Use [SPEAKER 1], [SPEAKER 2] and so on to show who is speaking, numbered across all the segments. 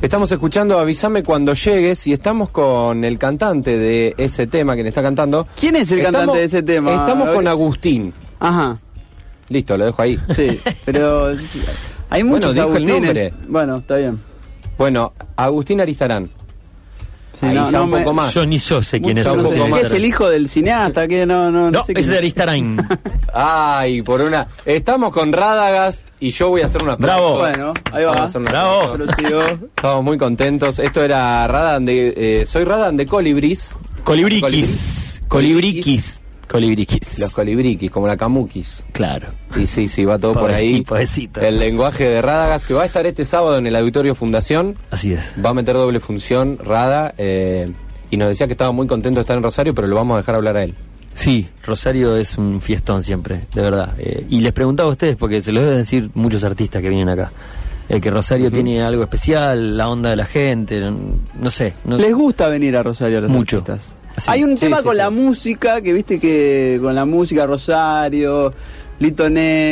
[SPEAKER 1] estamos escuchando Avísame cuando llegues y estamos con el cantante de ese tema, quien está cantando.
[SPEAKER 2] ¿Quién es el cantante de ese tema?
[SPEAKER 1] Estamos con
[SPEAKER 2] Gabriel?
[SPEAKER 1] Agustín.
[SPEAKER 2] Ajá,
[SPEAKER 1] Listo, lo dejo ahí.
[SPEAKER 2] sí, pero hay
[SPEAKER 1] Bueno,
[SPEAKER 2] muchos
[SPEAKER 1] dijo el
[SPEAKER 2] Agustines.
[SPEAKER 1] nombre.
[SPEAKER 2] Bueno, está bien.
[SPEAKER 1] Bueno, Agustín Aristarán.
[SPEAKER 2] Sí,
[SPEAKER 1] ahí
[SPEAKER 2] no,
[SPEAKER 1] ya
[SPEAKER 2] no
[SPEAKER 1] un
[SPEAKER 2] me-
[SPEAKER 1] poco más.
[SPEAKER 3] Yo ni yo sé quién es
[SPEAKER 2] Mucho
[SPEAKER 1] un
[SPEAKER 2] no sé.
[SPEAKER 1] poco
[SPEAKER 3] Agustín
[SPEAKER 1] más.
[SPEAKER 2] ¿Qué es el hijo del cineasta? que No, no, no,
[SPEAKER 3] No,
[SPEAKER 2] sé
[SPEAKER 3] ese es
[SPEAKER 2] quién
[SPEAKER 3] de Aristarain.
[SPEAKER 1] Ay, por una. Estamos con Radagast y yo voy a hacer una
[SPEAKER 3] Bravo.
[SPEAKER 2] Bueno, ahí
[SPEAKER 1] Vamos a
[SPEAKER 2] va.
[SPEAKER 1] hacer una-
[SPEAKER 3] Bravo.
[SPEAKER 2] Prosiguió.
[SPEAKER 1] Estamos muy contentos. Esto era Radan de. eh, soy Radan de Colibris.
[SPEAKER 3] Colibriquis. Colibriquis. Colibriquis.
[SPEAKER 1] Los colibriquis, como la camuquis.
[SPEAKER 3] Claro.
[SPEAKER 1] Y sí, sí, va todo por
[SPEAKER 3] Pobrecito,
[SPEAKER 1] ahí.
[SPEAKER 3] pobrecito.
[SPEAKER 1] El lenguaje de Radagas, que va a estar este sábado en el Auditorio Fundación.
[SPEAKER 3] Así es.
[SPEAKER 1] Va a meter doble función, Rada. eh, y nos decía que estaba muy contento de estar en Rosario, pero lo vamos a dejar hablar a él.
[SPEAKER 3] Sí, Rosario es un fiestón siempre, de verdad. Eh, y les preguntaba a ustedes, porque se lo deben decir muchos artistas que vienen acá, eh, que Rosario tiene algo especial, la onda de la gente, no, no sé. no-
[SPEAKER 2] Les gusta venir a Rosario a los
[SPEAKER 3] Mucho.
[SPEAKER 2] artistas.
[SPEAKER 3] Sí.
[SPEAKER 2] Hay un
[SPEAKER 1] Sí,
[SPEAKER 2] tema
[SPEAKER 1] sí,
[SPEAKER 2] con
[SPEAKER 1] sí.
[SPEAKER 2] la música, que viste que con la música Rosario, Lito Nevia.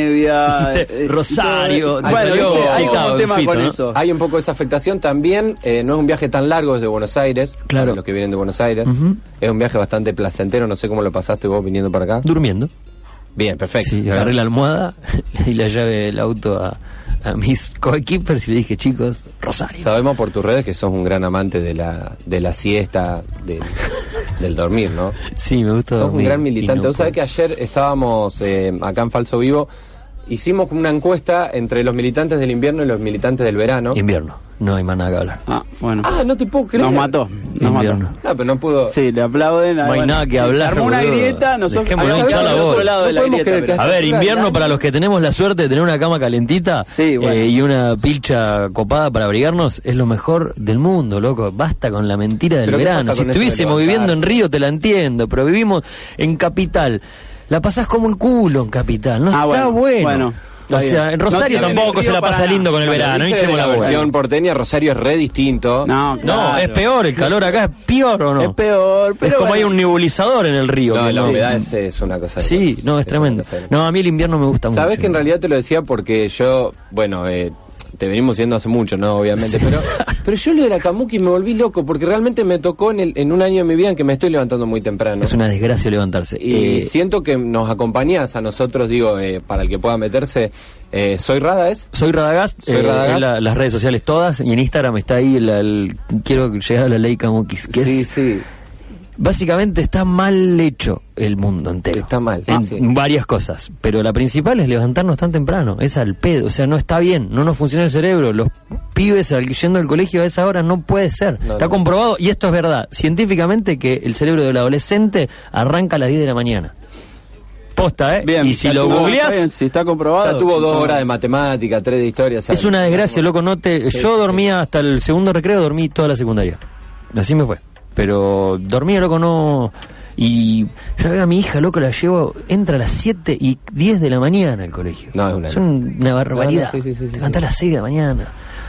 [SPEAKER 2] eh,
[SPEAKER 3] Dijiste,
[SPEAKER 2] y todo-
[SPEAKER 3] Rosario,
[SPEAKER 2] bueno,
[SPEAKER 3] Lito
[SPEAKER 2] viste, hay como
[SPEAKER 3] Nevia,
[SPEAKER 2] un tema
[SPEAKER 3] Fito,
[SPEAKER 2] con
[SPEAKER 3] ¿no?
[SPEAKER 2] eso.
[SPEAKER 1] Hay un poco de esa afectación también. eh, no es un viaje tan largo desde Buenos Aires.
[SPEAKER 3] Claro.
[SPEAKER 1] para Los que vienen de Buenos Aires.
[SPEAKER 3] Ujú.
[SPEAKER 1] Es un viaje bastante placentero. No sé cómo lo pasaste vos viniendo para acá.
[SPEAKER 3] Durmiendo.
[SPEAKER 1] Bien, perfecto.
[SPEAKER 3] Sí, agarré la almohada y la llave del auto a, a mis coequippers y le dije, chicos, Rosario.
[SPEAKER 1] Sabemos por tus redes que sos un gran amante de la, de la siesta, de- del dormir, ¿no?
[SPEAKER 3] Sí, me gusta
[SPEAKER 1] Sos
[SPEAKER 3] dormir
[SPEAKER 1] un gran
[SPEAKER 3] y
[SPEAKER 1] militante.
[SPEAKER 3] no
[SPEAKER 1] Vos sabés que
[SPEAKER 3] puedo.
[SPEAKER 1] ayer estábamos eh, acá en Falso Vivo, hicimos una encuesta entre los militantes del invierno y los militantes del verano.
[SPEAKER 3] Invierno, no hay más nada que hablar.
[SPEAKER 2] Ah, bueno.
[SPEAKER 1] Ah, no te puedo creer.
[SPEAKER 2] Nos mató, nos
[SPEAKER 3] Invierno.
[SPEAKER 2] mató.
[SPEAKER 1] No, pero no pudo.
[SPEAKER 2] Sí, le aplauden.
[SPEAKER 3] No hay
[SPEAKER 2] bueno,
[SPEAKER 3] nada que
[SPEAKER 2] se
[SPEAKER 3] hablar,
[SPEAKER 2] Armó una
[SPEAKER 3] boludo.
[SPEAKER 2] grieta, nosotros
[SPEAKER 3] Dejémoslo
[SPEAKER 2] habíamos
[SPEAKER 3] hinchar la
[SPEAKER 2] hablado del otro
[SPEAKER 3] bola.
[SPEAKER 2] lado
[SPEAKER 1] No
[SPEAKER 2] de la
[SPEAKER 1] podemos
[SPEAKER 2] grieta.
[SPEAKER 1] creer que
[SPEAKER 2] pero-
[SPEAKER 3] A ver, invierno para los que tenemos la suerte de tener una cama calentita
[SPEAKER 2] Sí, bueno.
[SPEAKER 3] eh, y una pilcha copada para abrigarnos es lo mejor del mundo, loco. Basta con la mentira del
[SPEAKER 1] Pero ¿qué
[SPEAKER 3] verano.
[SPEAKER 1] pasa
[SPEAKER 3] Si
[SPEAKER 1] con esto de
[SPEAKER 3] estuviésemos viviendo en Río te la entiendo, pero vivimos en Capital. La pasás como el culo en Capital, no
[SPEAKER 2] Ah,
[SPEAKER 3] está
[SPEAKER 2] bueno,
[SPEAKER 3] bueno.
[SPEAKER 2] bueno, está
[SPEAKER 3] o sea,
[SPEAKER 2] bien.
[SPEAKER 3] en
[SPEAKER 2] No
[SPEAKER 3] Rosario
[SPEAKER 2] tienen
[SPEAKER 3] tampoco
[SPEAKER 2] el
[SPEAKER 3] se la
[SPEAKER 2] río
[SPEAKER 3] pasa
[SPEAKER 2] para nada.
[SPEAKER 3] lindo con el
[SPEAKER 2] Bueno,
[SPEAKER 1] Dice
[SPEAKER 3] verano,
[SPEAKER 1] de
[SPEAKER 3] hinchemos
[SPEAKER 1] la
[SPEAKER 3] la bola.
[SPEAKER 1] versión porteña, Rosario es re distinto.
[SPEAKER 2] No,
[SPEAKER 3] No,
[SPEAKER 2] claro.
[SPEAKER 3] es peor, el calor acá es peor o no.
[SPEAKER 2] Es peor, pero
[SPEAKER 3] es como
[SPEAKER 2] bueno.
[SPEAKER 3] hay un nebulizador en el río.
[SPEAKER 1] No,
[SPEAKER 3] que
[SPEAKER 1] la
[SPEAKER 3] no-
[SPEAKER 1] humedad es, es una cosa. de
[SPEAKER 3] Sí,
[SPEAKER 1] locos.
[SPEAKER 3] no, es
[SPEAKER 1] una
[SPEAKER 3] tremendo.
[SPEAKER 1] cosa de locos.
[SPEAKER 3] No, a mí el invierno me gusta mucho.
[SPEAKER 1] Sabes que en realidad te lo decía porque yo, bueno, eh, te venimos yendo hace mucho, ¿no? Obviamente, pero, pero yo lo de la Camuqui me volví loco porque realmente me tocó en, el- en un año de mi vida en que me estoy levantando muy temprano.
[SPEAKER 3] Es una desgracia levantarse.
[SPEAKER 1] Y
[SPEAKER 3] Eh,
[SPEAKER 1] siento que nos acompañás a nosotros, digo, eh, para el que pueda meterse. eh, ¿Soy Rada es?
[SPEAKER 3] Soy Radagast,
[SPEAKER 1] Soy
[SPEAKER 3] eh,
[SPEAKER 1] Radagast.
[SPEAKER 3] en la- las redes sociales todas, y en Instagram está ahí el, el- quiero llegar a la ley Kamukis, que
[SPEAKER 1] sí,
[SPEAKER 3] es-
[SPEAKER 1] sí.
[SPEAKER 3] básicamente está mal hecho el mundo entero.
[SPEAKER 1] Está mal,
[SPEAKER 3] En
[SPEAKER 1] sí.
[SPEAKER 3] varias cosas, pero la principal es levantarnos tan temprano, es al pedo, o sea, no está bien, no nos funciona el cerebro, los pibes al- yendo al colegio a esa hora no puede ser.
[SPEAKER 1] No,
[SPEAKER 3] está
[SPEAKER 1] no.
[SPEAKER 3] comprobado, y esto es verdad, científicamente que el cerebro del adolescente arranca a las 10 de la mañana. Posta, ¿eh?
[SPEAKER 2] Bien,
[SPEAKER 3] y si
[SPEAKER 2] ya
[SPEAKER 3] lo
[SPEAKER 2] tuvo-
[SPEAKER 3] googleás,
[SPEAKER 2] está bien, si está comprobado.
[SPEAKER 1] Ya tuvo dos
[SPEAKER 2] No.
[SPEAKER 1] horas de matemática, tres de historia. o sea,
[SPEAKER 3] Es una desgracia, loco, no te... Yo dormía hasta el segundo recreo, dormí toda la secundaria. Así me fue. Pero dormía, loco, no... Y yo veo a mi hija, loco, la llevo, entra a las 7 y 10 de la mañana al colegio.
[SPEAKER 1] No, es una-
[SPEAKER 3] una barbaridad.
[SPEAKER 1] No, no, sí, sí, sí,
[SPEAKER 3] Te
[SPEAKER 1] sí,
[SPEAKER 3] levantás
[SPEAKER 1] sí.
[SPEAKER 3] a las 6 de la mañana.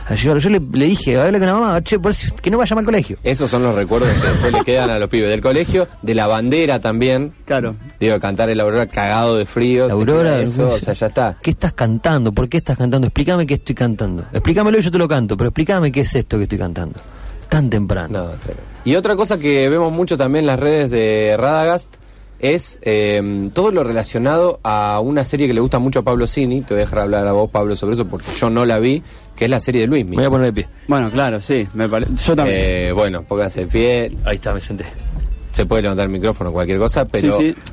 [SPEAKER 3] A llevarlo. Yo le, le dije, habla con la mamá, che, por si- que no vaya mal al colegio.
[SPEAKER 1] Esos son los recuerdos que después le quedan a los pibes del colegio, de la bandera también.
[SPEAKER 2] Claro.
[SPEAKER 1] Digo, cantar el Aurora cagado de frío.
[SPEAKER 3] La
[SPEAKER 1] te
[SPEAKER 3] Aurora.
[SPEAKER 1] queda Eso, o sea, ya está.
[SPEAKER 3] ¿Qué estás cantando? ¿Por qué estás cantando? Explícame qué estoy cantando. Explícamelo y yo te lo canto, pero explícame qué es esto que estoy cantando. Tan temprano.
[SPEAKER 1] No, tremendo. Y otra cosa que vemos mucho también en las redes de Radagast es eh, todo lo relacionado a una serie que le gusta mucho a Pablo Cini. Te voy a dejar hablar a vos, Pablo, sobre eso porque yo no la vi, que es la serie de Luismi.
[SPEAKER 3] Me voy a poner de pie.
[SPEAKER 2] Bueno, claro, sí, me parece. Yo también.
[SPEAKER 1] Eh, bueno, póngase de pie,
[SPEAKER 3] Ahí está, me senté.
[SPEAKER 1] se puede levantar el micrófono, cualquier cosa, pero
[SPEAKER 2] sí, sí.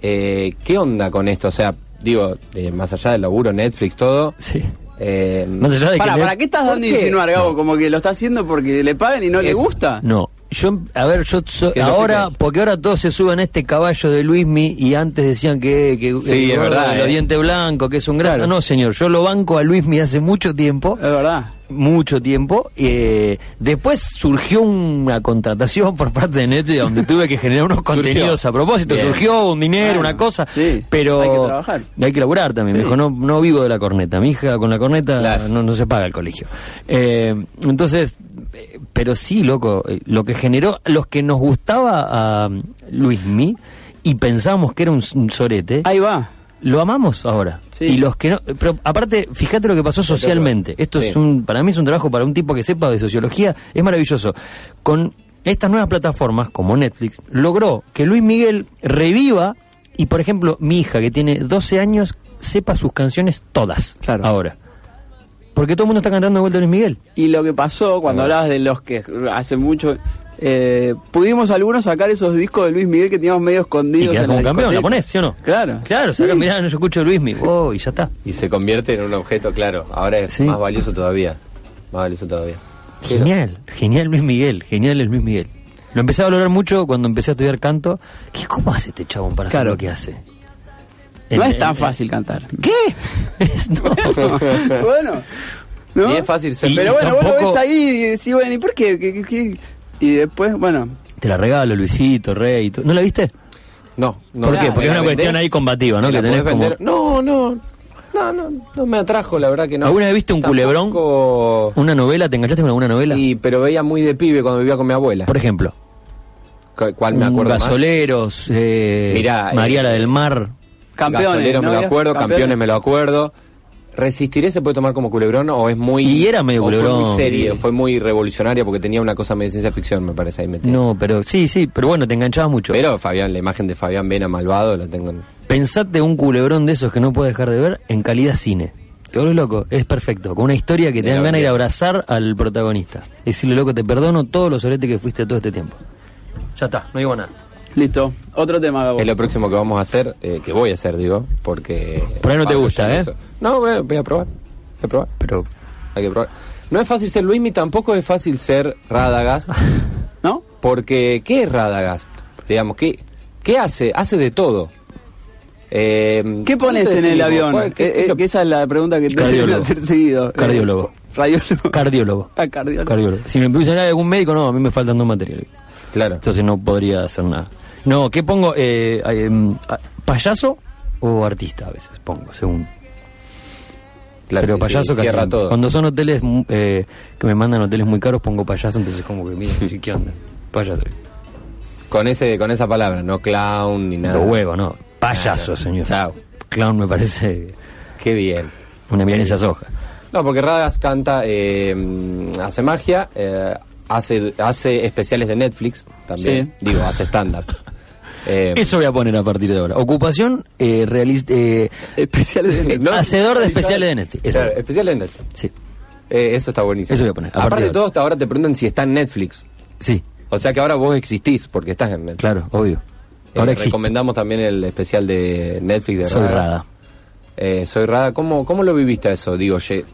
[SPEAKER 1] eh, ¿qué onda con esto? O sea, digo, eh, más allá del laburo, Netflix, todo.
[SPEAKER 3] Sí.
[SPEAKER 1] eh,
[SPEAKER 3] Más allá de
[SPEAKER 2] Para,
[SPEAKER 3] que
[SPEAKER 2] ¿para qué estás
[SPEAKER 1] ¿Por
[SPEAKER 2] dando a
[SPEAKER 1] qué?
[SPEAKER 2] insinuar, Gabo? Como que lo está haciendo porque le pagan y no le
[SPEAKER 1] Es-
[SPEAKER 2] gusta.
[SPEAKER 3] No, yo, a ver, yo so-
[SPEAKER 1] Que lo
[SPEAKER 3] ahora,
[SPEAKER 1] explique.
[SPEAKER 3] porque ahora todos se suben a este caballo de Luismi y antes decían que, que
[SPEAKER 1] Sí,
[SPEAKER 3] el
[SPEAKER 1] es
[SPEAKER 3] gordo
[SPEAKER 1] verdad,
[SPEAKER 3] de los
[SPEAKER 1] eh.
[SPEAKER 3] dientes blancos, que es un grasa.
[SPEAKER 2] Claro.
[SPEAKER 3] No, señor, yo lo banco a Luismi hace mucho tiempo.
[SPEAKER 2] Es verdad.
[SPEAKER 3] mucho tiempo. eh, después surgió una contratación por parte de Netflix donde tuve que generar unos contenidos a propósito.
[SPEAKER 1] Bien.
[SPEAKER 3] Surgió un dinero,
[SPEAKER 2] Bueno,
[SPEAKER 3] una cosa,
[SPEAKER 2] sí,
[SPEAKER 3] pero
[SPEAKER 2] hay que trabajar.
[SPEAKER 3] Hay que laburar también.
[SPEAKER 2] Sí.
[SPEAKER 3] Me dijo, no, no vivo de la corneta. Mi hija con la corneta
[SPEAKER 1] Claro.
[SPEAKER 3] no, no se paga el colegio. Eh, entonces, eh, pero sí, loco, eh, lo que generó, los que nos gustaba a um, Luismi y pensábamos que era un, s- un sorete,
[SPEAKER 2] Ahí va.
[SPEAKER 3] lo amamos ahora.
[SPEAKER 2] Sí, Sí.
[SPEAKER 3] Y los que no. Pero aparte, fíjate lo que pasó socialmente. Esto
[SPEAKER 1] Sí.
[SPEAKER 3] es un. Para mí es un trabajo para un tipo que sepa de sociología. Es maravilloso. Con estas nuevas plataformas, como Netflix, logró que Luis Miguel reviva y, por ejemplo, mi hija, que tiene 12 años, sepa sus canciones todas.
[SPEAKER 2] Claro.
[SPEAKER 3] Ahora. Porque todo el mundo está cantando de vuelta a Luis Miguel.
[SPEAKER 2] Y lo que pasó cuando hablabas de los que hace mucho. eh, pudimos algunos sacar esos discos de Luis Miguel que teníamos medio
[SPEAKER 3] Y
[SPEAKER 2] escondidos.
[SPEAKER 3] quedás
[SPEAKER 2] en
[SPEAKER 3] como
[SPEAKER 2] la
[SPEAKER 3] campeón, ¿la
[SPEAKER 2] discoteca.
[SPEAKER 3] ponés, sí o no?
[SPEAKER 2] Claro.
[SPEAKER 3] Claro,
[SPEAKER 2] Sí.
[SPEAKER 3] saca, mirá, yo escucho Luis Miguel. Oh, y ya está.
[SPEAKER 1] Y se convierte en un objeto, claro. Ahora es
[SPEAKER 3] Sí.
[SPEAKER 1] más valioso todavía. Más valioso todavía.
[SPEAKER 3] Genial, genial Luis Miguel, genial el Luis Miguel. Lo empecé a valorar mucho cuando empecé a estudiar canto. ¿Qué, ¿Cómo hace este chabón para
[SPEAKER 2] Claro.
[SPEAKER 3] hacer lo que hace?
[SPEAKER 2] No
[SPEAKER 3] El-
[SPEAKER 2] es tan
[SPEAKER 3] el-
[SPEAKER 2] fácil cantar.
[SPEAKER 3] ¿Qué? Es- no.
[SPEAKER 2] bueno. ¿no?
[SPEAKER 1] Ni es fácil ser.
[SPEAKER 3] Y-
[SPEAKER 2] Pero bueno, vos lo
[SPEAKER 3] tampoco-
[SPEAKER 2] ves ahí y decís, bueno, ¿y por qué? ¿Qué- qué- qué? Y después, bueno,
[SPEAKER 3] Te la regalo, Luisito, Rey. tú- ¿No la viste?
[SPEAKER 1] No, no.
[SPEAKER 3] ¿Por
[SPEAKER 1] no,
[SPEAKER 3] qué?
[SPEAKER 1] me
[SPEAKER 3] Porque
[SPEAKER 1] la
[SPEAKER 3] es una
[SPEAKER 1] vendés,
[SPEAKER 3] cuestión ahí combativa, ¿no?
[SPEAKER 1] me
[SPEAKER 3] Que
[SPEAKER 1] la
[SPEAKER 3] tenés
[SPEAKER 1] podés
[SPEAKER 3] como-
[SPEAKER 1] vender. No, no. No, no, no me atrajo, la verdad que no.
[SPEAKER 3] ¿Alguna vez viste un
[SPEAKER 1] Tampoco-
[SPEAKER 3] ¿Una novela? ¿Te enganchaste con alguna novela?
[SPEAKER 1] Y, pero veía muy de pibe cuando vivía con mi abuela.
[SPEAKER 3] Por ejemplo,
[SPEAKER 1] Cu- ¿Cuál me
[SPEAKER 3] un
[SPEAKER 1] acuerdo más?
[SPEAKER 3] Gasoleros, eh,
[SPEAKER 1] Mirá, eh,
[SPEAKER 3] María la del Mar.
[SPEAKER 2] campeones.
[SPEAKER 1] Gasolero
[SPEAKER 2] ¿no?
[SPEAKER 1] me lo acuerdo, campeones.
[SPEAKER 2] Campeones.
[SPEAKER 1] me lo acuerdo. ¿Resistiré se puede tomar como culebrón o es muy...
[SPEAKER 3] Y era medio
[SPEAKER 1] o fue
[SPEAKER 3] culebrón.
[SPEAKER 1] muy serio, fue muy revolucionaria porque tenía una cosa medio ciencia ficción, me parece, ahí metida.
[SPEAKER 3] No, pero sí, sí, pero bueno, te enganchaba mucho.
[SPEAKER 1] este. Pero Fabián, la imagen de Fabián Vena malvado la tengo... en-
[SPEAKER 3] Pensate un culebrón de esos que no puedes dejar de ver en calidad cine. Te vuelves loco, es perfecto. Con una historia que te
[SPEAKER 1] Era
[SPEAKER 3] dan ganas de ir a
[SPEAKER 1] bien.
[SPEAKER 3] abrazar al protagonista. Decirle, loco, te perdono todos los soletes que fuiste todo este tiempo. Ya está, no digo nada.
[SPEAKER 2] Listo. Otro tema, Gabo.
[SPEAKER 1] Es lo próximo que vamos a hacer, eh, que voy a hacer, digo, porque...
[SPEAKER 3] Por ahí no te
[SPEAKER 1] Pablo
[SPEAKER 3] gusta,
[SPEAKER 1] ya lo
[SPEAKER 3] ¿eh?
[SPEAKER 1] hizo. No, bueno, voy a probar, voy a probar,
[SPEAKER 3] Pero
[SPEAKER 1] hay que probar. No es fácil ser Luismi, tampoco es fácil ser Radagast,
[SPEAKER 2] ¿No?
[SPEAKER 1] porque ¿qué es Radagast? Digamos, ¿qué, qué hace? Hace de todo. Eh,
[SPEAKER 2] ¿Qué pones
[SPEAKER 1] ¿cómo te
[SPEAKER 2] en el
[SPEAKER 1] decimos?
[SPEAKER 2] avión?
[SPEAKER 1] ¿Cuál- qué-
[SPEAKER 2] Eh,
[SPEAKER 1] qué
[SPEAKER 2] eh,
[SPEAKER 1] lo-
[SPEAKER 2] que esa es la pregunta que tengo que
[SPEAKER 3] Cardiólogo.
[SPEAKER 2] hacer seguido. Eh,
[SPEAKER 3] Cardiólogo.
[SPEAKER 2] Radiólogo.
[SPEAKER 3] cardiólogo.
[SPEAKER 2] Ah, cardiólogo.
[SPEAKER 3] Cardiólogo. Si me empiezan a algún médico, no, a mí me faltan dos materiales.
[SPEAKER 1] Claro.
[SPEAKER 3] Entonces no podría hacer nada. No, ¿qué pongo? Eh, eh, mm, ah, ¿Payaso o artista a veces? Pongo, según.
[SPEAKER 1] Claro,
[SPEAKER 3] pero
[SPEAKER 1] sí,
[SPEAKER 3] payaso
[SPEAKER 1] sí,
[SPEAKER 3] casi
[SPEAKER 1] cierra
[SPEAKER 3] siempre.
[SPEAKER 1] todo.
[SPEAKER 3] Cuando son hoteles mm, eh, que me mandan hoteles muy caros, pongo payaso, entonces como que mira, sí, ¿qué onda? Payaso.
[SPEAKER 1] Con ese con esa palabra, no clown ni nada.
[SPEAKER 3] Lo huevo, ¿no? Payaso, señor.
[SPEAKER 1] Chao.
[SPEAKER 3] Clown me parece
[SPEAKER 1] Qué bien.
[SPEAKER 3] una milanesa soja.
[SPEAKER 1] No, porque Radas canta, eh, hace magia, eh, hace hace especiales de Netflix también.
[SPEAKER 2] Sí.
[SPEAKER 1] Digo, hace stand-up. Eh,
[SPEAKER 3] Eso voy a poner a partir de ahora. Ocupación eh, realis- eh,
[SPEAKER 2] Especiales de-
[SPEAKER 3] eh, hacedor de especiales de Netflix. Eso.
[SPEAKER 1] claro, especiales de Netflix.
[SPEAKER 3] Sí,
[SPEAKER 1] Eh, eso está buenísimo.
[SPEAKER 3] Eso voy a poner, a partir
[SPEAKER 1] Aparte
[SPEAKER 3] de
[SPEAKER 1] de todo, hasta ahora te preguntan si está en Netflix.
[SPEAKER 3] sí,
[SPEAKER 1] O sea que ahora vos existís porque estás en Netflix.
[SPEAKER 3] claro, obvio.
[SPEAKER 1] Eh,
[SPEAKER 3] Ahora existe.
[SPEAKER 1] recomendamos también el especial de Netflix de
[SPEAKER 3] Soy
[SPEAKER 1] Radas.
[SPEAKER 3] rada.
[SPEAKER 1] Eh, soy Rada, ¿cómo, ¿cómo lo viviste a eso? Digo, lle-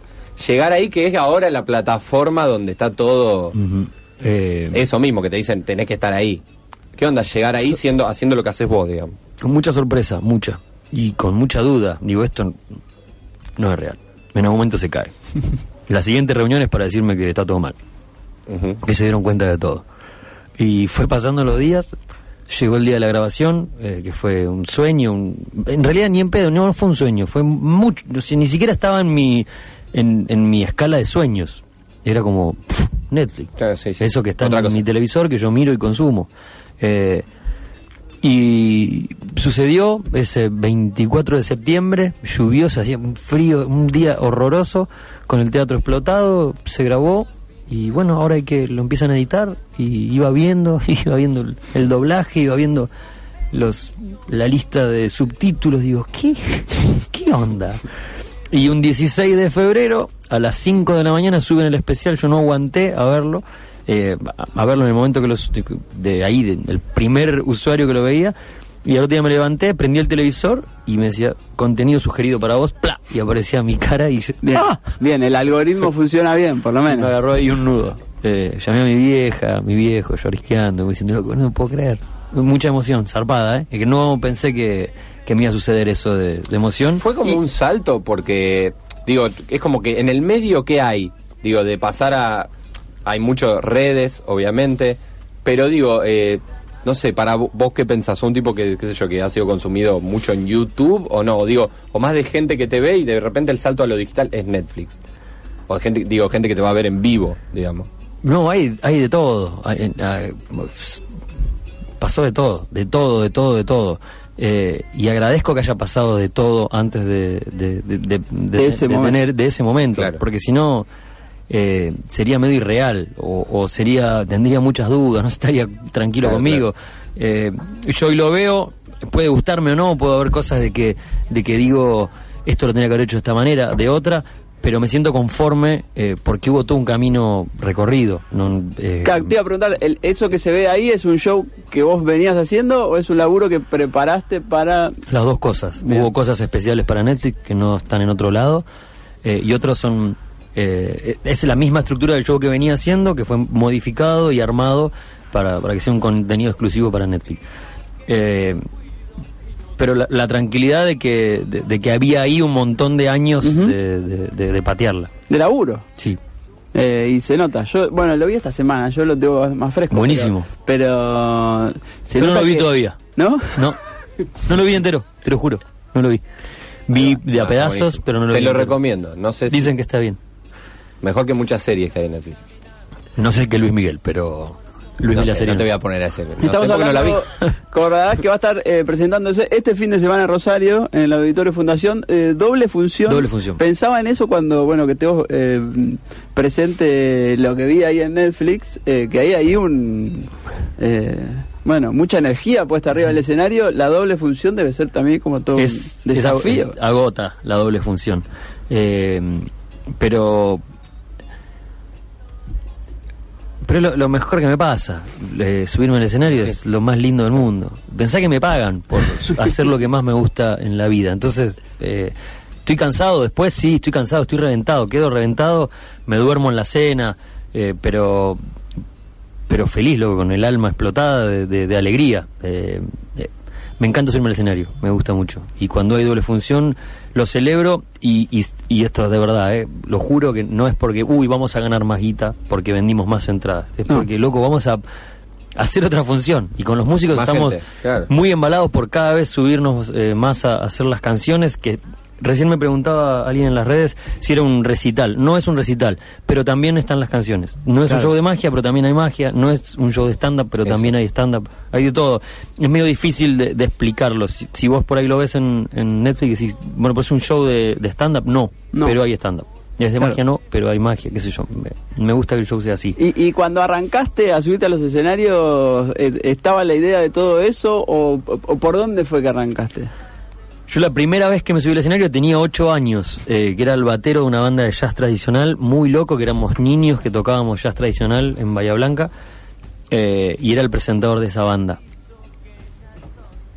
[SPEAKER 1] llegar ahí que es ahora la plataforma donde está todo
[SPEAKER 3] Ujú. Eh,
[SPEAKER 1] eso mismo que te dicen, tenés que estar ahí. ¿Qué onda llegar ahí siendo haciendo lo que haces vos, digamos?
[SPEAKER 3] Con mucha sorpresa, mucha. Y con mucha duda. Digo, esto n- no es real. En algún momento se cae. La siguiente reunión es para decirme que está todo mal.
[SPEAKER 1] Ujú.
[SPEAKER 3] Que se dieron cuenta de todo. Y fue pasando los días. Llegó el día de la grabación, eh, que fue un sueño. un- en realidad ni en pedo, no, no fue un sueño. Fue mucho. o sea, ni siquiera estaba en mi, en, en mi escala de sueños. Era como pf, Netflix.
[SPEAKER 1] Claro, sí, sí.
[SPEAKER 3] Eso que está
[SPEAKER 1] Otra
[SPEAKER 3] en
[SPEAKER 1] cosa.
[SPEAKER 3] mi televisor que yo miro y consumo. Eh, y sucedió ese 24 de septiembre, lluvioso, hacía un frío, un día horroroso, con el teatro explotado, se grabó y bueno, ahora hay que lo empiezan a editar y iba viendo, iba viendo el- el doblaje, iba viendo los la lista de subtítulos, digo, ¿qué? ¿Qué onda? Y un 16 de febrero, a las 5 de la mañana, suben el especial. Yo no aguanté a verlo. eh, a a verlo en el momento que los. de, de ahí, de- el primer usuario que lo veía. Y al otro día me levanté, prendí el televisor y me decía, contenido sugerido para vos, ¡pla! Y aparecía mi cara y. yo,
[SPEAKER 2] Bien,
[SPEAKER 3] ¡Ah!
[SPEAKER 2] bien, el algoritmo funciona bien, por lo
[SPEAKER 3] Me
[SPEAKER 2] menos.
[SPEAKER 3] agarró ahí un nudo. Eh, llamé a mi vieja, a mi viejo, llorisqueando, como diciendo, loco, no me puedo creer. Mucha emoción, zarpada, ¿eh? Es que no pensé que, que me iba a suceder eso de, de emoción.
[SPEAKER 1] Fue como
[SPEAKER 2] Y-
[SPEAKER 1] un salto porque, digo, es como que en el medio que hay, digo, de pasar a... Hay muchas redes, obviamente, pero digo, eh, no sé, para vo- vos qué pensás, un tipo que, qué sé yo, que ha sido consumido mucho en YouTube o no, digo, o más de gente que te ve y de repente el salto a lo digital es Netflix. O gente, digo, gente que te va a ver en vivo, digamos.
[SPEAKER 3] No, hay, hay ah, de todo. Hay- hay- pasó de todo, de todo, de todo, de todo. eh, y agradezco que haya pasado de todo antes de, de- de- de- de-
[SPEAKER 2] ese
[SPEAKER 3] de
[SPEAKER 2] momento.
[SPEAKER 3] tener de ese momento,
[SPEAKER 1] Claro.
[SPEAKER 3] porque si no eh, sería medio irreal o, o sería tendría muchas dudas, no estaría tranquilo
[SPEAKER 1] Claro,
[SPEAKER 3] conmigo. Eh, yo hoy lo veo, puede gustarme o no, puede haber cosas de que de que digo esto lo tenía que haber hecho de esta manera, de otra, pero me siento conforme eh, porque hubo todo un camino recorrido. No, eh,
[SPEAKER 2] Claro, te iba a preguntar, ¿el- ¿eso que se ve ahí es un show que vos venías haciendo o es un laburo que preparaste para...
[SPEAKER 3] Las dos cosas.
[SPEAKER 2] Bien.
[SPEAKER 3] Hubo cosas especiales para Netflix que no están en otro lado. eh, y otros son. eh, es la misma estructura del show que venía haciendo, que fue modificado y armado para, para que sea un contenido exclusivo para Netflix. Eh, pero la, la tranquilidad de que, de, de que había ahí un montón de años de, de- de- de patearla.
[SPEAKER 2] de laburo?
[SPEAKER 3] Sí.
[SPEAKER 2] Eh, y se nota, yo, bueno, lo vi esta semana, yo lo tengo más fresco.
[SPEAKER 3] Buenísimo.
[SPEAKER 2] Pero... pero se
[SPEAKER 3] Yo no
[SPEAKER 2] nota
[SPEAKER 3] lo vi
[SPEAKER 2] que-
[SPEAKER 3] todavía.
[SPEAKER 2] ¿No?
[SPEAKER 3] No, no lo vi entero, te lo juro. No lo vi. Vi de a
[SPEAKER 1] Ah,
[SPEAKER 3] pedazos,
[SPEAKER 1] buenísimo.
[SPEAKER 3] pero no lo
[SPEAKER 1] Te
[SPEAKER 3] vi.
[SPEAKER 1] lo
[SPEAKER 3] entero.
[SPEAKER 1] recomiendo. No sé si-
[SPEAKER 3] Dicen que está bien.
[SPEAKER 1] Mejor que muchas series que hay en Netflix.
[SPEAKER 3] No sé qué Luis Miguel, pero Luis
[SPEAKER 1] no,
[SPEAKER 3] Miguel
[SPEAKER 1] sé,
[SPEAKER 3] sería
[SPEAKER 1] no te
[SPEAKER 3] no.
[SPEAKER 1] voy a poner a hacer. No sé
[SPEAKER 2] Estamos
[SPEAKER 1] porque no la vi.
[SPEAKER 2] hablando con Radagast, que va a estar eh, presentándose este fin de semana en Rosario, en el Auditorio Fundación, eh, doble función.
[SPEAKER 3] Doble función.
[SPEAKER 2] Pensaba en eso cuando, bueno, que tengo eh, presente lo que vi ahí en Netflix, eh, que hay ahí un... eh, bueno, mucha energía puesta arriba del escenario, la doble función debe ser también como todo
[SPEAKER 3] es,
[SPEAKER 2] un
[SPEAKER 3] es ag-
[SPEAKER 2] desafío.
[SPEAKER 3] es- agota la doble función. Eh, pero. Pero lo, lo mejor que me pasa, eh, subirme al escenario es lo más lindo del mundo. Pensá que me pagan por hacer lo que más me gusta en la vida. Entonces, eh, estoy cansado después, sí, estoy cansado, estoy reventado, quedo reventado, me duermo en la cena, eh, pero pero feliz, loco, con el alma explotada de, de- de alegría. Eh, eh, me encanta subirme al escenario, me gusta mucho. Y cuando hay doble función, lo celebro y, y- y esto es de verdad, eh, lo juro que no es porque, uy, vamos a ganar más guita porque vendimos más entradas. Es
[SPEAKER 2] No.
[SPEAKER 3] porque, loco, vamos a hacer otra función. Y con los músicos
[SPEAKER 1] Más
[SPEAKER 3] estamos
[SPEAKER 1] gente, claro.
[SPEAKER 3] muy embalados por cada vez subirnos eh, más a, a hacer las canciones que... Recién me preguntaba alguien en las redes si era un recital. No es un recital, pero también están las canciones. No es un
[SPEAKER 2] Claro.
[SPEAKER 3] show de magia, pero también hay magia. No es un show de stand-up, pero
[SPEAKER 1] Eso.
[SPEAKER 3] también hay stand-up. Hay de todo. Es medio difícil de, de explicarlo. Si, si vos por ahí lo ves en, en Netflix y decís, bueno, pues es un show de, de stand-up, no,
[SPEAKER 2] No.
[SPEAKER 3] Pero hay stand-up. Es de
[SPEAKER 2] Claro.
[SPEAKER 3] magia, no, pero hay magia, qué sé yo. Me, me gusta que el show sea así.
[SPEAKER 2] Y, y cuando arrancaste a subirte a los escenarios, eh, ¿estaba la idea de todo eso o- o- o por dónde fue que arrancaste?
[SPEAKER 3] Yo la primera vez que me subí al escenario tenía ocho años, eh, que era el batero de una banda de jazz tradicional, muy loco, que éramos niños que tocábamos jazz tradicional en Bahía Blanca, eh, y era el presentador de esa banda.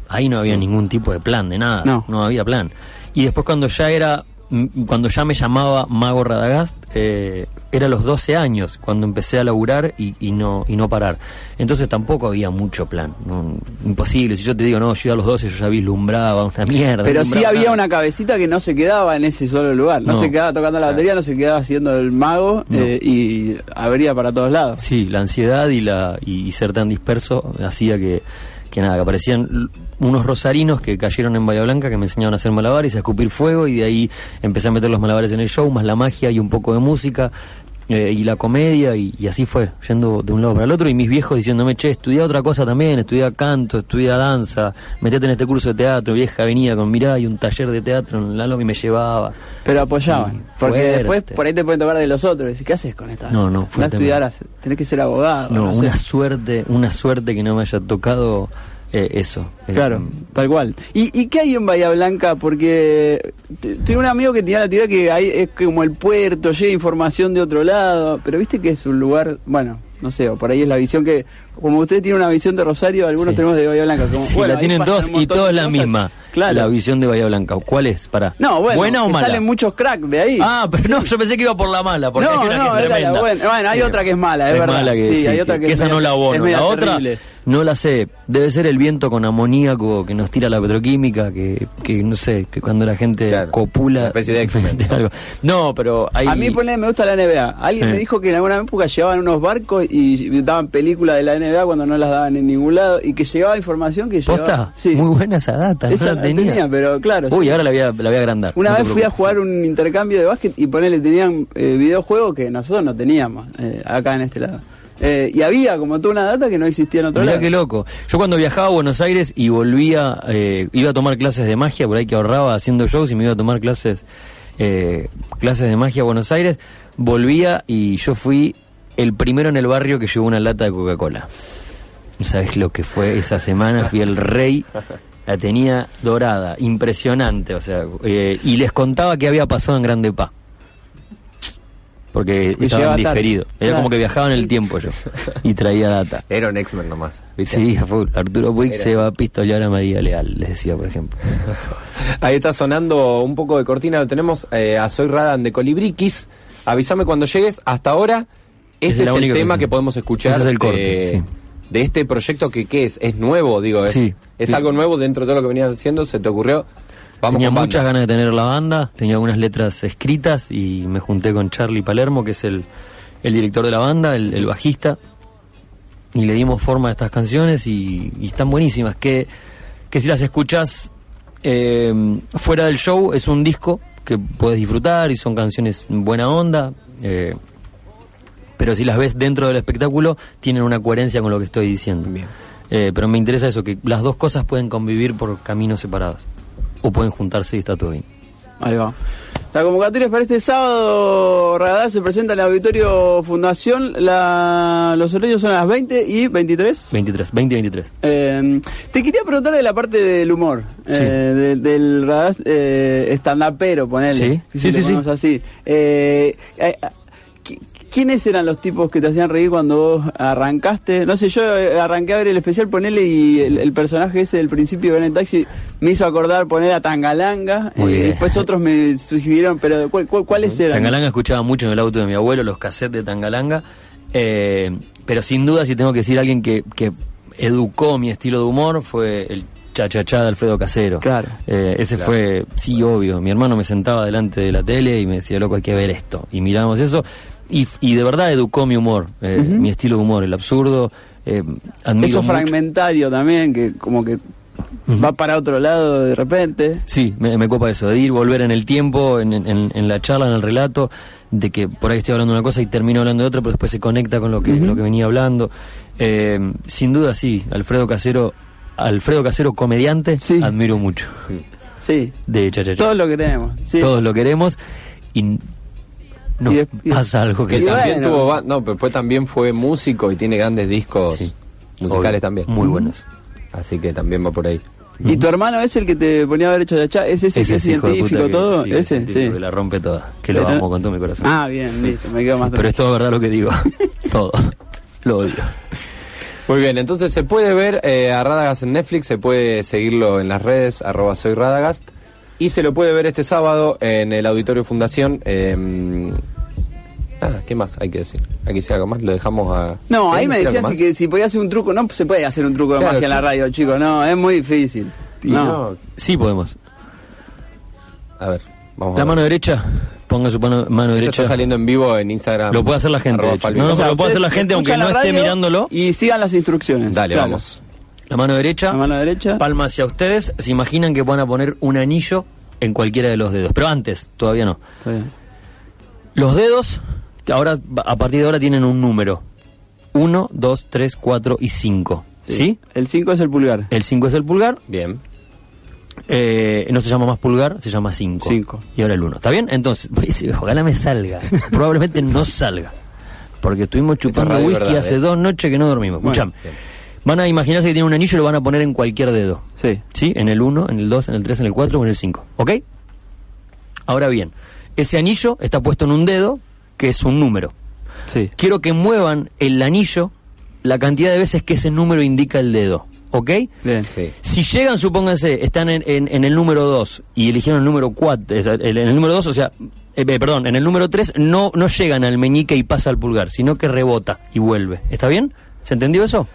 [SPEAKER 3] Ahí no había ningún tipo de plan, de nada,
[SPEAKER 2] No.
[SPEAKER 3] no, había plan. Y después cuando ya era, mm, cuando ya me llamaba Mago Radagast, eh, era los 12 años cuando empecé a laburar y, y no, y no parar. Entonces tampoco había mucho plan, no, imposible. Si yo te digo, no, yo a los 12 yo ya vislumbraba una mierda.
[SPEAKER 2] Pero sí
[SPEAKER 3] vislumbraba
[SPEAKER 2] había
[SPEAKER 3] nada.
[SPEAKER 2] una cabecita que no se quedaba en ese solo lugar. No,
[SPEAKER 3] No.
[SPEAKER 2] se quedaba tocando la batería, no se quedaba haciendo el mago
[SPEAKER 3] No.
[SPEAKER 2] eh, y abría para todos lados.
[SPEAKER 3] Sí, la ansiedad y la y, y ser tan disperso hacía que, que nada, que aparecían l- unos rosarinos que cayeron en Bahía Blanca que me enseñaron a hacer malabares y a escupir fuego y de ahí empecé a meter los malabares en el show, más la magia y un poco de música eh, y la comedia y, y así fue, yendo de un lado para el otro y mis viejos diciéndome, che, estudia otra cosa también, estudia canto, estudia danza, metete en este curso de teatro, vieja venía con mirá y un taller de teatro en la loma y me llevaba.
[SPEAKER 2] Pero apoyaban.
[SPEAKER 3] Sí,
[SPEAKER 2] porque
[SPEAKER 3] Mm, fuerte.
[SPEAKER 2] después por ahí te pueden tocar de los otros. Y decís, ¿Qué haces con esta?
[SPEAKER 3] No,
[SPEAKER 2] Andá
[SPEAKER 3] no,
[SPEAKER 2] a
[SPEAKER 3] fuerte,
[SPEAKER 2] estudiar,
[SPEAKER 3] man.
[SPEAKER 2] a- tenés que ser abogado.
[SPEAKER 3] No,
[SPEAKER 2] no sé.
[SPEAKER 3] una suerte, una suerte que no me haya tocado eh, eso. Eh,
[SPEAKER 2] Claro, tal cual. ¿Y, y qué hay en Bahía Blanca? Porque t- tuve un amigo que tenía la teoría que ahí es como el puerto, llega información de otro lado, pero viste que es un lugar, bueno, no sé, o por ahí es la visión que, como ustedes tienen una visión de Rosario, algunos
[SPEAKER 3] Sí.
[SPEAKER 2] tenemos de Bahía Blanca. Como,
[SPEAKER 3] Sí,
[SPEAKER 2] bueno,
[SPEAKER 3] la
[SPEAKER 2] ahí
[SPEAKER 3] tienen
[SPEAKER 2] pasan
[SPEAKER 3] dos
[SPEAKER 2] un
[SPEAKER 3] y
[SPEAKER 2] montón
[SPEAKER 3] todo
[SPEAKER 2] de
[SPEAKER 3] es la
[SPEAKER 2] cosas.
[SPEAKER 3] misma.
[SPEAKER 2] Claro.
[SPEAKER 3] La visión de Bahía Blanca. ¿Cuál es? Pará.
[SPEAKER 2] no, bueno,
[SPEAKER 3] ¿Buena o
[SPEAKER 2] que
[SPEAKER 3] mala?
[SPEAKER 2] salen muchos cracks de ahí.
[SPEAKER 3] Ah, pero no, yo pensé que iba por la mala, porque
[SPEAKER 2] No,
[SPEAKER 3] hay una
[SPEAKER 2] no,
[SPEAKER 3] que
[SPEAKER 2] era
[SPEAKER 3] es
[SPEAKER 2] la
[SPEAKER 3] tremenda.
[SPEAKER 2] buena. Bueno, hay
[SPEAKER 3] Sí.
[SPEAKER 2] otra que es mala, es verdad.
[SPEAKER 3] mala que
[SPEAKER 2] Sí,
[SPEAKER 3] sí,
[SPEAKER 2] hay otra que es
[SPEAKER 3] esa
[SPEAKER 2] media-
[SPEAKER 3] no la abono.
[SPEAKER 2] es media
[SPEAKER 3] La otra
[SPEAKER 2] terrible.
[SPEAKER 3] no la sé. Debe ser el viento con amoníaco que nos tira la petroquímica, que, que no sé, que cuando la gente
[SPEAKER 1] Claro,
[SPEAKER 3] copula...
[SPEAKER 1] una especie de X-Men, ¿no?
[SPEAKER 3] algo. No, pero hay...
[SPEAKER 2] A mí ponele, me gusta la NBA. Alguien
[SPEAKER 3] Eh.
[SPEAKER 2] me dijo que en alguna época llevaban unos barcos y daban películas de la NBA cuando no las daban en ningún lado y que llegaba información que llegaba.
[SPEAKER 3] ¿Posta?
[SPEAKER 2] Sí.
[SPEAKER 3] Muy buena esa data. no
[SPEAKER 2] Esa la
[SPEAKER 3] la
[SPEAKER 2] tenía. pero claro.
[SPEAKER 3] Uy,
[SPEAKER 2] sí.
[SPEAKER 3] ahora la voy a, la voy a agrandar.
[SPEAKER 2] Una
[SPEAKER 3] no te
[SPEAKER 2] vez fui a
[SPEAKER 3] preocupes.
[SPEAKER 2] jugar un intercambio de básquet y ponele, tenían eh, videojuegos que nosotros no teníamos eh, acá en este lado. Eh, y había como toda una data que no existía en otro
[SPEAKER 3] Mirá
[SPEAKER 2] lado.
[SPEAKER 3] qué loco. Yo cuando viajaba a Buenos Aires y volvía, eh, iba a tomar clases de magia, por ahí que ahorraba haciendo shows y me iba a tomar clases, eh, clases de magia a Buenos Aires, volvía y yo fui el primero en el barrio que llevó una lata de Coca-Cola. ¿Sabes lo que fue esa semana? Fui el rey. La tenía dorada, impresionante, o sea, eh, y les contaba qué había pasado en Grande Pa. Porque
[SPEAKER 2] Y
[SPEAKER 3] estaban
[SPEAKER 2] llegaba tarde.
[SPEAKER 3] diferidos. Era
[SPEAKER 2] Claro.
[SPEAKER 3] como que viajaba en el tiempo yo y traía data.
[SPEAKER 1] Era un X-Men nomás. ¿viste?
[SPEAKER 3] Sí, a full. Arturo Puig
[SPEAKER 1] Era
[SPEAKER 3] se va a pistolear a María Leal, les decía, por ejemplo.
[SPEAKER 1] Ahí está sonando un poco de cortina. Lo tenemos eh, a Soy Radan de Colibriquis. Avísame cuando llegues. Hasta ahora, este
[SPEAKER 3] Es
[SPEAKER 1] es,
[SPEAKER 3] la
[SPEAKER 1] el
[SPEAKER 3] única
[SPEAKER 1] tema
[SPEAKER 3] cosa.
[SPEAKER 1] que podemos escuchar.
[SPEAKER 3] Ese es el corte,
[SPEAKER 1] de,
[SPEAKER 3] sí.
[SPEAKER 1] de este proyecto que, ¿qué es? ¿Es nuevo? Digo, es,
[SPEAKER 3] Sí,
[SPEAKER 1] es
[SPEAKER 3] sí.
[SPEAKER 1] algo nuevo dentro de todo lo que venías haciendo. ¿Se te ocurrió? Vamos
[SPEAKER 3] tenía
[SPEAKER 1] con banda.
[SPEAKER 3] muchas ganas de tener la banda, tenía algunas letras escritas y me junté con Charlie Palermo, que es el, el director de la banda, el, el bajista, y le dimos forma a estas canciones y, y están buenísimas, que, que si las escuchás eh, fuera del show es un disco que puedes disfrutar y son canciones buena onda. eh, pero si las ves dentro del espectáculo, tienen una coherencia con lo que estoy diciendo.
[SPEAKER 1] Bien.
[SPEAKER 3] Eh, pero me interesa eso, que las dos cosas pueden convivir por caminos separados. O pueden juntarse y está todo bien.
[SPEAKER 2] Ahí va. La convocatoria es para este sábado. Radar se presenta en el auditorio Fundación. La- los horarios son a las 20 y 23.
[SPEAKER 3] 23, 20 23.
[SPEAKER 2] Eh, te quería preguntar de la parte del humor,
[SPEAKER 3] Sí.
[SPEAKER 2] eh, de- del radar eh, stand-upero, ponele.
[SPEAKER 3] Sí,
[SPEAKER 2] si
[SPEAKER 3] sí,
[SPEAKER 2] le
[SPEAKER 3] sí, sí.
[SPEAKER 2] ponemos así. Eh, eh, qui- ¿Quiénes eran los tipos que te hacían reír cuando vos arrancaste? No sé, yo eh, arranqué a ver el especial, ponele, y el, el personaje ese del principio de el Taxi me hizo acordar poner a Tangalanga.
[SPEAKER 3] Muy
[SPEAKER 2] eh,
[SPEAKER 3] bien.
[SPEAKER 2] después otros me sugirieron, pero ¿cuál- cuál- ¿cuáles eran?
[SPEAKER 3] Tangalanga escuchaba mucho en el auto de mi abuelo, los cassettes de Tangalanga. Eh, pero sin duda, si tengo que decir alguien que, que educó mi estilo de humor, fue el chachachá de Alfredo Casero.
[SPEAKER 2] Claro.
[SPEAKER 3] Eh, ese
[SPEAKER 1] Claro.
[SPEAKER 3] fue, sí, obvio. Mi hermano me sentaba delante de la tele y me decía, loco, hay que ver esto. Y mirábamos eso. Y, y de verdad educó mi humor, eh, mi estilo de humor, el absurdo. Eh, admiro
[SPEAKER 2] Eso
[SPEAKER 3] mucho-
[SPEAKER 2] fragmentario también, que como que va para otro lado de repente.
[SPEAKER 3] Sí, me, me copa eso, de ir, volver en el tiempo, en, en- en la charla, en el relato, de que por ahí estoy hablando de una cosa y termino hablando de otra, pero después se conecta con lo que, lo que venía hablando. Eh, sin duda, sí, Alfredo Casero, Alfredo Casero, comediante,
[SPEAKER 2] Sí.
[SPEAKER 3] admiro mucho.
[SPEAKER 1] Mm.
[SPEAKER 2] Sí,
[SPEAKER 3] De Cha Cha Cha.
[SPEAKER 2] Todos lo queremos. Sí.
[SPEAKER 3] Todos lo queremos y nos
[SPEAKER 2] Y des- y-
[SPEAKER 3] pasa algo que
[SPEAKER 2] y
[SPEAKER 1] Que también
[SPEAKER 2] bueno.
[SPEAKER 1] tuvo ba- No, pero después también fue músico y tiene grandes discos
[SPEAKER 3] Sí.
[SPEAKER 1] musicales
[SPEAKER 3] Obvio,
[SPEAKER 1] también.
[SPEAKER 3] Muy buenos.
[SPEAKER 1] Así que también va por ahí.
[SPEAKER 2] ¿Y tu hermano es el que te ponía a haber hecho chachá? ¿Es ese, que es
[SPEAKER 3] hijo de puta
[SPEAKER 2] científico
[SPEAKER 3] que-
[SPEAKER 2] todo?
[SPEAKER 3] sí,
[SPEAKER 2] ese,
[SPEAKER 3] científico
[SPEAKER 2] sí.
[SPEAKER 3] Que la rompe toda, que lo
[SPEAKER 2] Pero-
[SPEAKER 3] amo con todo mi corazón.
[SPEAKER 2] Ah, bien, listo, me quedo
[SPEAKER 3] Sí,
[SPEAKER 2] más
[SPEAKER 3] pero es todo verdad lo que digo. todo. Lo odio.
[SPEAKER 1] Muy bien, entonces se puede ver eh, a Radagast en Netflix, se puede seguirlo en las redes, arroba soy Radagast, y se lo puede ver este sábado en el Auditorio Fundación. eh, nada, ¿qué más hay que decir? ¿Hay que decir algo más? Lo dejamos a...
[SPEAKER 2] No,
[SPEAKER 1] ¿Hay
[SPEAKER 2] ahí me
[SPEAKER 1] decir
[SPEAKER 2] decían
[SPEAKER 1] algo
[SPEAKER 2] si,
[SPEAKER 1] más?
[SPEAKER 2] que si podía hacer un truco. No se puede hacer un truco de
[SPEAKER 1] Claro,
[SPEAKER 2] magia en la
[SPEAKER 1] sí.
[SPEAKER 2] radio, chicos. No, es muy difícil.
[SPEAKER 1] Y
[SPEAKER 2] No.
[SPEAKER 1] no,
[SPEAKER 3] Sí podemos.
[SPEAKER 1] A ver, vamos a
[SPEAKER 3] La
[SPEAKER 1] ver.
[SPEAKER 3] mano derecha, ponga su mano, mano
[SPEAKER 1] Esto
[SPEAKER 3] derecha.
[SPEAKER 1] está saliendo en vivo en Instagram.
[SPEAKER 3] Lo puede hacer la gente,
[SPEAKER 1] arroba
[SPEAKER 3] de hecho.
[SPEAKER 1] Falvin.
[SPEAKER 3] No,
[SPEAKER 2] O sea,
[SPEAKER 3] lo puede hacer la
[SPEAKER 2] ustedes
[SPEAKER 3] gente, aunque
[SPEAKER 2] escuchan
[SPEAKER 3] no
[SPEAKER 2] la
[SPEAKER 3] esté
[SPEAKER 2] radio
[SPEAKER 3] mirándole.
[SPEAKER 2] Y sigan las instrucciones.
[SPEAKER 1] Dale,
[SPEAKER 2] Claro.
[SPEAKER 1] vamos.
[SPEAKER 3] La mano derecha.
[SPEAKER 2] La mano derecha.
[SPEAKER 3] Palma hacia ustedes. Se imaginan que van a poner un anillo en cualquiera de los dedos. Pero antes, todavía no.
[SPEAKER 2] Está bien.
[SPEAKER 3] Los dedos, que ahora, a partir de ahora tienen un número. 1, 2, 3, 4 y 5. ¿Sí? Eh.
[SPEAKER 2] El 5 es el pulgar.
[SPEAKER 3] El 5 es el pulgar.
[SPEAKER 1] Bien.
[SPEAKER 3] Eh, no se llama más pulgar, se llama 5.
[SPEAKER 2] Cinco.
[SPEAKER 3] Y ahora el 1. ¿Está bien? Entonces, pues, ojalá me salga. Probablemente no salga. Porque estuvimos chupando
[SPEAKER 1] radio es
[SPEAKER 3] whisky
[SPEAKER 1] verdad,
[SPEAKER 3] hace
[SPEAKER 1] eh.
[SPEAKER 3] dos noches que no dormimos.
[SPEAKER 2] Bueno,
[SPEAKER 3] Escuchame.
[SPEAKER 1] bien.
[SPEAKER 3] Van a imaginarse que tiene un anillo y lo van a poner en cualquier dedo.
[SPEAKER 2] Sí.
[SPEAKER 3] ¿Sí? En el 1, en el 2, en el 3, en el 4 o en el 5. ¿Ok? Ahora bien, ese anillo está puesto en un dedo que es un número.
[SPEAKER 2] Sí.
[SPEAKER 3] Quiero que muevan el anillo la cantidad de veces que ese número indica el dedo. ¿Ok?
[SPEAKER 2] Bien.
[SPEAKER 1] Sí.
[SPEAKER 3] Si llegan, supónganse, están en, en- en el número 2 y eligieron el número 4, en el número 2, o sea, eh, eh, perdón, en el número 3 no, no llegan al meñique y pasa al pulgar, sino que rebota y vuelve. ¿Está bien? ¿Se entendió eso?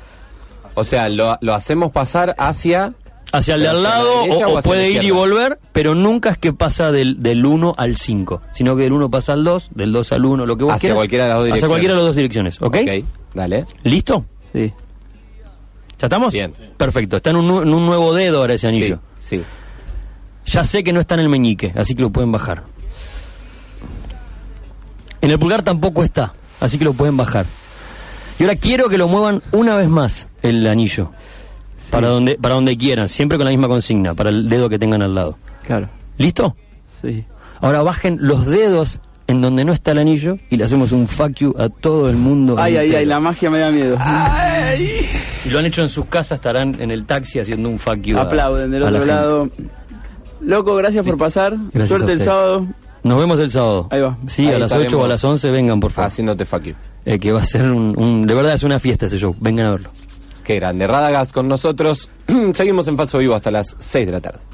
[SPEAKER 1] O sea, lo, lo hacemos pasar hacia...
[SPEAKER 3] Hacia el de
[SPEAKER 1] ¿Hacia
[SPEAKER 3] al
[SPEAKER 1] la
[SPEAKER 3] lado o,
[SPEAKER 1] derecha o
[SPEAKER 3] o
[SPEAKER 1] hacia la
[SPEAKER 3] puede ir y
[SPEAKER 1] izquierda?
[SPEAKER 3] volver, pero nunca es que pasa del, del 1 al 5, sino que del 1 pasa al 2, del 2 al 1, lo que vos
[SPEAKER 1] Hacia
[SPEAKER 3] quieras.
[SPEAKER 1] cualquiera de las dos
[SPEAKER 3] Hacia
[SPEAKER 1] direcciones.
[SPEAKER 3] cualquiera de las dos direcciones, ¿ok?
[SPEAKER 1] ok, dale.
[SPEAKER 3] ¿Listo?
[SPEAKER 2] Sí.
[SPEAKER 3] ¿Ya estamos?
[SPEAKER 1] Bien.
[SPEAKER 3] Perfecto, está en un, nu- en un nuevo dedo ahora ese anillo.
[SPEAKER 1] Sí, sí.
[SPEAKER 3] Ya sé que no está en el meñique, así que lo pueden bajar. En el pulgar tampoco está, así que lo pueden bajar. Y ahora quiero que lo muevan una vez más el anillo. Para, donde, para donde quieran, siempre con la misma consigna, para el dedo que tengan al lado.
[SPEAKER 2] Claro,
[SPEAKER 3] ¿Listo?
[SPEAKER 2] sí.
[SPEAKER 3] Ahora bajen los dedos en donde no está el anillo y le hacemos un fuck you a todo el mundo.
[SPEAKER 2] Ay, ay,
[SPEAKER 3] entero.
[SPEAKER 2] ay, la magia me da miedo.
[SPEAKER 3] Si lo han hecho en sus casas, estarán en el taxi haciendo un fuck you. a-
[SPEAKER 2] Aplauden del
[SPEAKER 3] a la
[SPEAKER 2] otro
[SPEAKER 3] gente.
[SPEAKER 2] lado. Loco, gracias por pasar.
[SPEAKER 3] Gracias a
[SPEAKER 2] Suerte el
[SPEAKER 3] ustedes.
[SPEAKER 2] sábado.
[SPEAKER 3] Nos vemos el sábado.
[SPEAKER 2] Ahí Ah, va.
[SPEAKER 3] Sí,
[SPEAKER 1] Ahí
[SPEAKER 3] a las 8 o a las 11 vengan, por favor.
[SPEAKER 1] Haciéndote fuck you.
[SPEAKER 3] Eh, que va a ser un, un- De verdad es una fiesta ese show. Vengan a verlo.
[SPEAKER 1] Qué grande. Radagast con nosotros. Seguimos en Falso Vivo hasta las 6 de la tarde.